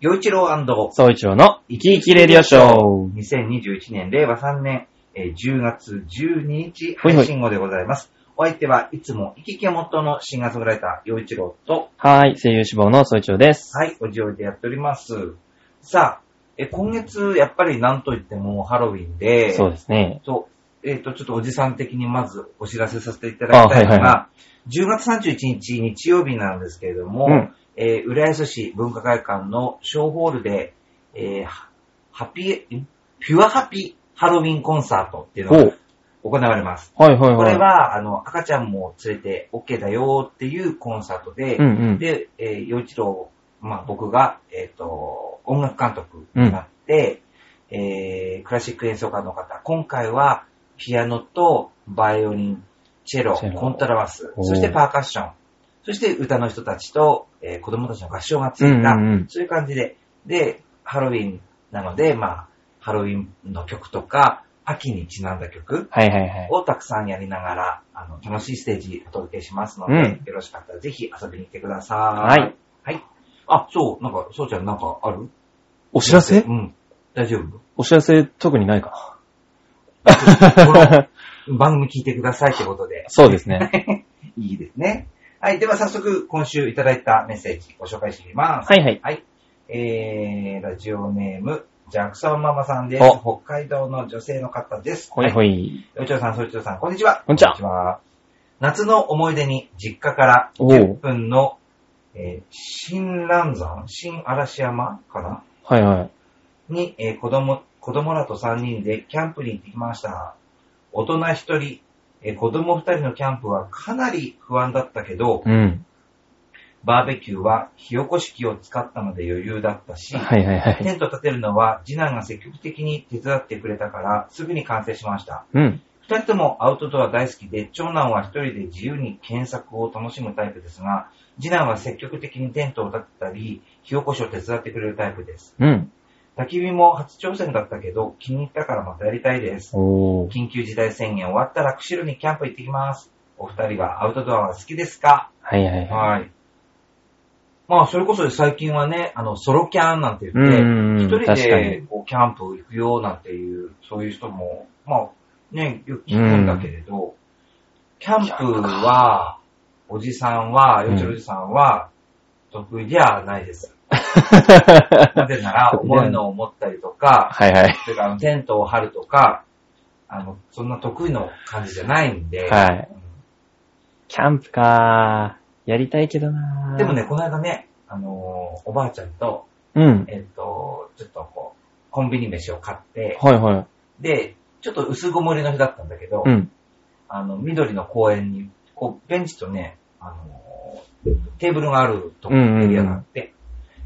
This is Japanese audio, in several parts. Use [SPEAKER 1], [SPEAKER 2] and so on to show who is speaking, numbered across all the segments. [SPEAKER 1] 洋一郎
[SPEAKER 2] 総一郎の生き生きレディオショー。
[SPEAKER 1] 2021年、令和3年、えー10月12日配信後でございます。お相手はいつも生き生き元のシンガーソングライター、洋一郎と、
[SPEAKER 2] はい、声優志望の総一郎です。
[SPEAKER 1] はい、おじおいでやっております。さあ、えー今月、やっぱりなんといってもハロウィンで、
[SPEAKER 2] そうですね。
[SPEAKER 1] そうえっ、と、ちょっとおじさん的にまずお知らせさせていただきたいのが、
[SPEAKER 2] あはいはいは
[SPEAKER 1] 10月31日日曜日なんですけれども、
[SPEAKER 2] うん
[SPEAKER 1] えー浦安市文化会館の小ホールで、えーハハッピー、んピュアハピハロウィンコンサートっていう
[SPEAKER 2] お
[SPEAKER 1] の
[SPEAKER 2] はい
[SPEAKER 1] が行われます。
[SPEAKER 2] はいはい。
[SPEAKER 1] これは、あの、赤ちゃんも連れて OK だよっていうコンサートで、
[SPEAKER 2] うんうん。
[SPEAKER 1] で、えー、洋一郎、まあ僕が、えっ、と、音楽監督になって、えー、クラシック演奏家の方、今回はピアノとバイオリン、チェロ、
[SPEAKER 2] チェロ
[SPEAKER 1] コントラバス、
[SPEAKER 2] おー
[SPEAKER 1] そしてパーカッション、そして歌の人たちと、えー子供たちの合唱がついた、
[SPEAKER 2] うんうんうん
[SPEAKER 1] そういう感じで、で、ハロウィンなので、まあ、ハロウィンの曲とか、秋にちなんだ曲、
[SPEAKER 2] はいはいはい。
[SPEAKER 1] をたくさんやりながら、あの、楽しいステージお届けしますので、
[SPEAKER 2] うん
[SPEAKER 1] よろしかったらぜひ遊びに来てくださ。
[SPEAKER 2] はいい。
[SPEAKER 1] はい。あ、そう、なんか、そうちゃんなんかある
[SPEAKER 2] お知らせ
[SPEAKER 1] うん。大丈 夫
[SPEAKER 2] お知らせ特にないか
[SPEAKER 1] こ
[SPEAKER 2] な。
[SPEAKER 1] の番組聞いてくださいってことで、
[SPEAKER 2] そうですね。
[SPEAKER 1] いいですね。はい、では早速、今週いただいたメッセージご紹介していきます。
[SPEAKER 2] はいはい。
[SPEAKER 1] はい。えー、ラジオネーム、ジャクソンママさんです。北
[SPEAKER 2] お
[SPEAKER 1] 海道の女性の方です。
[SPEAKER 2] ほいほい。
[SPEAKER 1] よいちょうさん、そいちょうさん、こんにちは。
[SPEAKER 2] こんにちは
[SPEAKER 1] 夏の思い出に実家から
[SPEAKER 2] おう
[SPEAKER 1] 10分の、えー新蘭山新嵐山かな
[SPEAKER 2] はいはい。
[SPEAKER 1] に、えー子供、子供らと3人でキャンプに行ってきました。大人1人、えー子供2人のキャンプはかなり不安だったけど、
[SPEAKER 2] うん。
[SPEAKER 1] バーベキューは火起こし器を使ったので余裕だったし、
[SPEAKER 2] はいはいは
[SPEAKER 1] テ
[SPEAKER 2] い。
[SPEAKER 1] ント立てるのは次男が積極的に手伝ってくれたからすぐに完成しました。
[SPEAKER 2] うん。
[SPEAKER 1] 二人ともアウトドア大好きで、長男は一人で自由に検索を楽しむタイプですが、次男は積極的にテントを立てたり、火起こしを手伝ってくれるタイプです。
[SPEAKER 2] うん。
[SPEAKER 1] 焚き火も初挑戦だったけど、気に入ったからまたやりたいです。
[SPEAKER 2] おー。
[SPEAKER 1] 緊急事態宣言終わったら釧路にキャンプ行ってきます。お二人はアウトドアは好きですか
[SPEAKER 2] はいはいはい。
[SPEAKER 1] はい。まあ、それこそ最近はね、あの、ソロキャンなんて
[SPEAKER 2] うん
[SPEAKER 1] 言って、
[SPEAKER 2] うんう
[SPEAKER 1] 一
[SPEAKER 2] ん。
[SPEAKER 1] 人
[SPEAKER 2] 確かに
[SPEAKER 1] で。こうキャンプ行くよなんていう、そういう人も、まあね、よく聞くんだけれど、キャンプは、おじさんは、
[SPEAKER 2] うん
[SPEAKER 1] よちろおじさんは、得意じゃない です。なぜなら、
[SPEAKER 2] 得意じゃない
[SPEAKER 1] 重いのを持ったりとか、
[SPEAKER 2] はいはい。
[SPEAKER 1] それからテントを張るとか、あの、そんな得意の感じじゃないんで、
[SPEAKER 2] はい。
[SPEAKER 1] う
[SPEAKER 2] キャンプかー。やりたいけどなんー。
[SPEAKER 1] でもね、この間ね、あのーおばあちゃんと、
[SPEAKER 2] うん。
[SPEAKER 1] えっ、と、ちょっとこう、コンビニ飯を買って、
[SPEAKER 2] はいはい。
[SPEAKER 1] で、ちょっと薄曇りの日だったんだけど、
[SPEAKER 2] うん。
[SPEAKER 1] あの、緑の公園に、こう、ベンチとね、あのーテーブルがあるとこ
[SPEAKER 2] うんうんうん
[SPEAKER 1] エリアがあって、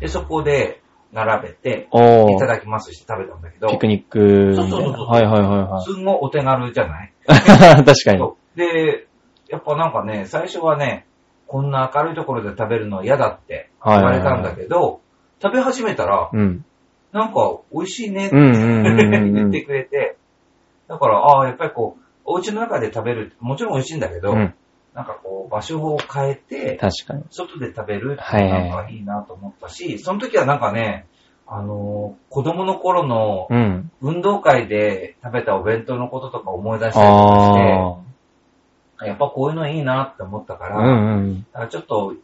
[SPEAKER 1] で、そこで並べて、
[SPEAKER 2] お
[SPEAKER 1] い
[SPEAKER 2] ー
[SPEAKER 1] た。だきますして食べたんだけど、
[SPEAKER 2] ピクニックみたいな。
[SPEAKER 1] そうそうそうそう
[SPEAKER 2] はいはいはいは
[SPEAKER 1] すんごいお手軽じゃない、
[SPEAKER 2] い。確かに。
[SPEAKER 1] そうで、やっぱなんかね、最初はね、こんな明るいところで食べるの嫌だって言われたんだけど、食べ始めたら、
[SPEAKER 2] うん。
[SPEAKER 1] なんか美味しいねって
[SPEAKER 2] うんうんうんうんう
[SPEAKER 1] 言
[SPEAKER 2] ん
[SPEAKER 1] ってくれて、だから、ああ、やっぱりこう、お家の中で食べる、もちろん美味しいんだけど、
[SPEAKER 2] うん。
[SPEAKER 1] なんかこう、場所を変えて、
[SPEAKER 2] 確かに。
[SPEAKER 1] 外で食べるって
[SPEAKER 2] はいいうは
[SPEAKER 1] の
[SPEAKER 2] い
[SPEAKER 1] なんかいいなと思ったし、その時はなんかね、あのー子供の頃の
[SPEAKER 2] うん。
[SPEAKER 1] 運動会で食べたお弁当のこととか思い出したりとか
[SPEAKER 2] あ
[SPEAKER 1] して、やっぱこういうのいいなって思ったか
[SPEAKER 2] あ。
[SPEAKER 1] ら、
[SPEAKER 2] うんうん。
[SPEAKER 1] だからちょっと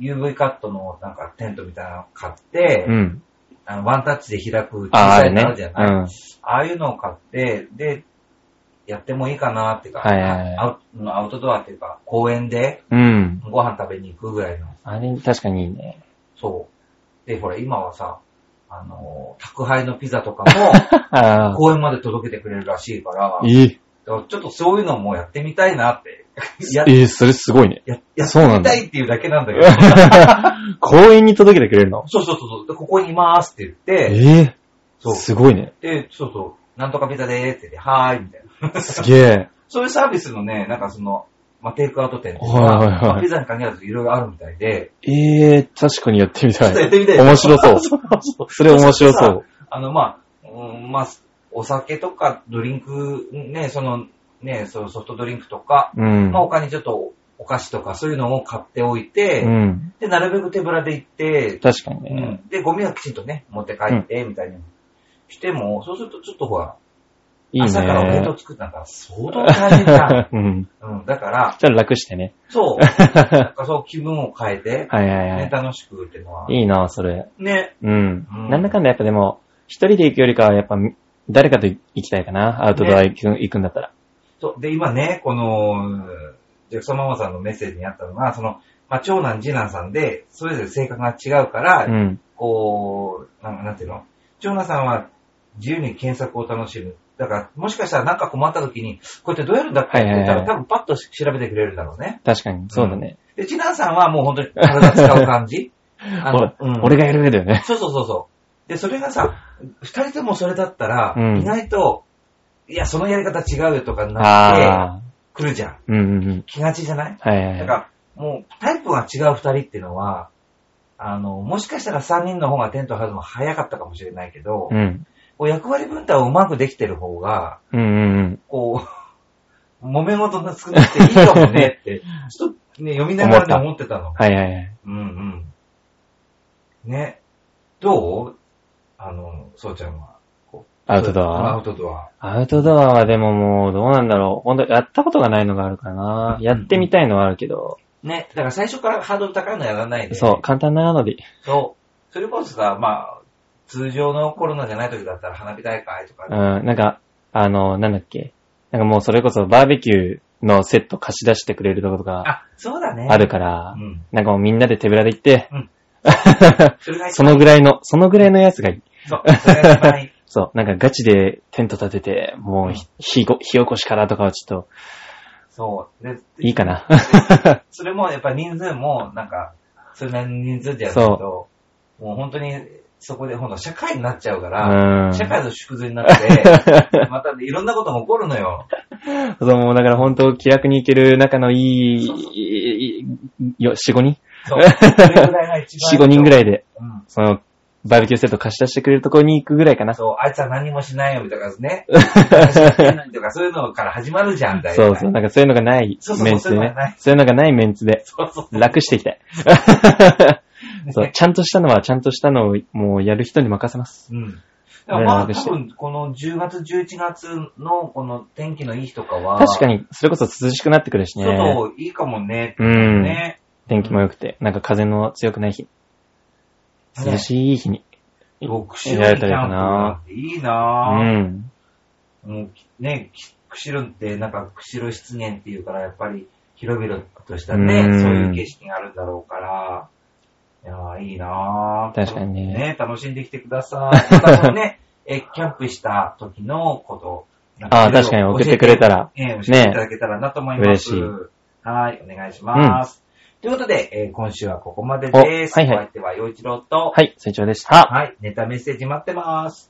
[SPEAKER 1] UV カットのなんかテントみたいなの買って、
[SPEAKER 2] うん。
[SPEAKER 1] あのワンタッチで開く小
[SPEAKER 2] ああー、あ
[SPEAKER 1] さ
[SPEAKER 2] れ
[SPEAKER 1] い
[SPEAKER 2] ね。
[SPEAKER 1] のあるじゃない、
[SPEAKER 2] うん。
[SPEAKER 1] ああいうのを買って、で、やってもいいかなっていうか、
[SPEAKER 2] はいはいはい
[SPEAKER 1] アウアウトドアっていうか、公園で
[SPEAKER 2] うん。
[SPEAKER 1] ご飯食べに行くぐらいの
[SPEAKER 2] あれ、確かにいいね。
[SPEAKER 1] そう。で、ほら、今はさ、あのー宅配のピザとか も、
[SPEAKER 2] あ
[SPEAKER 1] 公園まで届けてくれるらしいから
[SPEAKER 2] あ。、いい。
[SPEAKER 1] だからちょっとそういうのもやってみたいなって。や、
[SPEAKER 2] ええ、それすごいね。
[SPEAKER 1] や、やっ
[SPEAKER 2] そう
[SPEAKER 1] て
[SPEAKER 2] なん
[SPEAKER 1] み
[SPEAKER 2] だ
[SPEAKER 1] たいっていうだけなんだけど。
[SPEAKER 2] 公園に届けてくれるの
[SPEAKER 1] そうそうそうそう。でここにいますって言って、
[SPEAKER 2] ええ、
[SPEAKER 1] そう。
[SPEAKER 2] すごいね。
[SPEAKER 1] で、そうそう。なんとかピザでーって言って、はーい、みたいな。
[SPEAKER 2] すげえ。
[SPEAKER 1] そういうサービスのね、なんかその、まあ、テイクアウト店とか、
[SPEAKER 2] はいはいはい
[SPEAKER 1] まあピザに限らずいろいろあるみたいで、
[SPEAKER 2] ええ、確かにやってみ
[SPEAKER 1] ちょ
[SPEAKER 2] た
[SPEAKER 1] っとやっ
[SPEAKER 2] い。
[SPEAKER 1] てみたい。
[SPEAKER 2] 面白そう
[SPEAKER 1] そう そう
[SPEAKER 2] それ面白そう。
[SPEAKER 1] あの、まあ、うん、まあ、お酒とかドリンク、ね、その、ね、そのソフトドリンクとか、
[SPEAKER 2] うん
[SPEAKER 1] まあ、。他にちょっとお菓子とかそういうのを買っておいて、
[SPEAKER 2] うん。
[SPEAKER 1] で、なるべく手ぶらで行って、
[SPEAKER 2] 確かに
[SPEAKER 1] う
[SPEAKER 2] ね。
[SPEAKER 1] ん、で、ゴミはきちんとね、持って帰って、みたいにしても、そうするとちょっとほら、
[SPEAKER 2] いいね。
[SPEAKER 1] 朝からお弁当作ったから相当大変じゃ ん。
[SPEAKER 2] うん。
[SPEAKER 1] うん、だから、
[SPEAKER 2] じゃあ楽してね。
[SPEAKER 1] そう、なん かそう気分を変えて、
[SPEAKER 2] はいはい
[SPEAKER 1] ね、
[SPEAKER 2] は
[SPEAKER 1] 楽しくっていうのは、
[SPEAKER 2] い。いいな、それ。
[SPEAKER 1] ね、
[SPEAKER 2] うん。
[SPEAKER 1] うん
[SPEAKER 2] なんだかんだやっぱでも、一人で行くよりかはやっぱ、誰かと行きたいかな。アウトドア行く,、行くんだったら。
[SPEAKER 1] そう、で、今ね、この、うんジャクソンママさんのメッセージにあったのが、その、まあ、長男、次男さんで、それぞれ性格が違うから、
[SPEAKER 2] うん。
[SPEAKER 1] こう、なんなんていうの長男さんは自由に検索を楽しむ。だから、もしかしたらなんか困った時に、こうやってどうやるんだっけって言った
[SPEAKER 2] は
[SPEAKER 1] ら、
[SPEAKER 2] いはい
[SPEAKER 1] 多分パッと調べてくれるだろうね。
[SPEAKER 2] 確かに。そうだね。
[SPEAKER 1] で、次男さんはもう本当に体使う感 じあ
[SPEAKER 2] 俺
[SPEAKER 1] の、うん
[SPEAKER 2] 俺がやる上だよね。
[SPEAKER 1] そうそうそうそう。で、それがさ、二人ともそれだったら、
[SPEAKER 2] うん
[SPEAKER 1] 意外と、いや、そのやり方違うよとかになって
[SPEAKER 2] ああ。
[SPEAKER 1] くるじゃん。
[SPEAKER 2] うんうんうん。
[SPEAKER 1] 気がちじゃない
[SPEAKER 2] はいはい
[SPEAKER 1] だか
[SPEAKER 2] は
[SPEAKER 1] ら、もう、タイプが違う二人っていうのは、あの、もしかしたら三人の方がテント張るの早かったかもしれないけど、
[SPEAKER 2] い。うん。
[SPEAKER 1] こう役割分担をうまくできてる方が、
[SPEAKER 2] うんうんうん。
[SPEAKER 1] こう、 揉め事が少なくていいかもね って、ちょっとね、読みながらね、思ってたの。
[SPEAKER 2] はいはいはい。
[SPEAKER 1] うんうん。ね。どうあの、そうちゃんは。
[SPEAKER 2] アウトド
[SPEAKER 1] ア
[SPEAKER 2] ア
[SPEAKER 1] ウトドア。
[SPEAKER 2] アウトドアはでももうどうなんだろう。ほんとやったことがないのがあるかな。やってみたいのはあるけど。
[SPEAKER 1] ね。だから最初からハードル高いのやらないで。
[SPEAKER 2] そう、簡単なので。
[SPEAKER 1] そう。それこそさ、まあ、通常のコロナじゃない時だったら花火大会とか
[SPEAKER 2] うん、なんか、あの、なんだっけ。なんかもうそれこそバーベキューのセット貸し出してくれるとことか
[SPEAKER 1] あ、そうだね。
[SPEAKER 2] あるから
[SPEAKER 1] う、ん。
[SPEAKER 2] なんかもうみんなで手ぶらで行って、
[SPEAKER 1] うんそれが一
[SPEAKER 2] そのぐらいの、そのぐらいのやつがいい。
[SPEAKER 1] そう。それが一 番いい。
[SPEAKER 2] そう、なんかガチでテント立てて、もうひ火ご、火起こしからとかはちょっと
[SPEAKER 1] そう。で、
[SPEAKER 2] いいかな。
[SPEAKER 1] それもやっぱ人数も、なんか、それなりの人数でやると、もう本当にそこで今度社会になっちゃうから、
[SPEAKER 2] うん。
[SPEAKER 1] 社会の縮図にな って、またねいろんなことが起こるのよ。
[SPEAKER 2] そう、もうだから本当気楽に行ける仲のいい、
[SPEAKER 1] そうそう
[SPEAKER 2] いいよ、4、5人
[SPEAKER 1] そう。それぐらいが一番いい。
[SPEAKER 2] ?4、5人ぐ
[SPEAKER 1] い。
[SPEAKER 2] らいで、
[SPEAKER 1] うん。
[SPEAKER 2] その、バーベキューセット貸し出してくれるところに行くぐらいかな。そ
[SPEAKER 1] そう、あいつは何もしないよ、みたいな ね。話してないとか、そういうのから始まるじゃん、
[SPEAKER 2] う
[SPEAKER 1] 大体。
[SPEAKER 2] そう、なんかそういうのがない
[SPEAKER 1] そうそう
[SPEAKER 2] メンツで
[SPEAKER 1] そういうのが
[SPEAKER 2] ね
[SPEAKER 1] ない。
[SPEAKER 2] そういうのがないメンツで、
[SPEAKER 1] そうそう。
[SPEAKER 2] 楽してい きたい。そう、ちゃんとしたのはちゃんとしたのをもうやる人に任せます。
[SPEAKER 1] うん。だからまあ、
[SPEAKER 2] 連絡して
[SPEAKER 1] 多分、この10月、11月のこの天気のいい日とかは、
[SPEAKER 2] 確かに、それこそ涼しくなってくるしね。
[SPEAKER 1] 外いいかもね、
[SPEAKER 2] うん。
[SPEAKER 1] ね。
[SPEAKER 2] 天気も良くて、なんか風の強くない日。涼しい日に。
[SPEAKER 1] 独身キ
[SPEAKER 2] や
[SPEAKER 1] ャ
[SPEAKER 2] ら
[SPEAKER 1] ン
[SPEAKER 2] れ
[SPEAKER 1] プ
[SPEAKER 2] たらいいか
[SPEAKER 1] な
[SPEAKER 2] なん
[SPEAKER 1] ていいうなぁ。
[SPEAKER 2] ん。
[SPEAKER 1] もうね、き釧路ってなんか釧路湿原っていうからやっぱり広々としたね、
[SPEAKER 2] うん
[SPEAKER 1] そういう景色があるだろうから、いやぁいいなぁ。
[SPEAKER 2] 確かにね
[SPEAKER 1] ね、楽しんできてください。またね、 え、キャンプした時のこと、なん
[SPEAKER 2] ああ、
[SPEAKER 1] いろいろ
[SPEAKER 2] 確かに送ってくれたら。
[SPEAKER 1] えー教えていただけたらなと思います。
[SPEAKER 2] ね
[SPEAKER 1] はい、お願いします。ということで、えー今週はここまでです。
[SPEAKER 2] おはいはい
[SPEAKER 1] お相手は陽一郎と、
[SPEAKER 2] はい、成長でした。
[SPEAKER 1] はい、ネタメッセージ待ってます。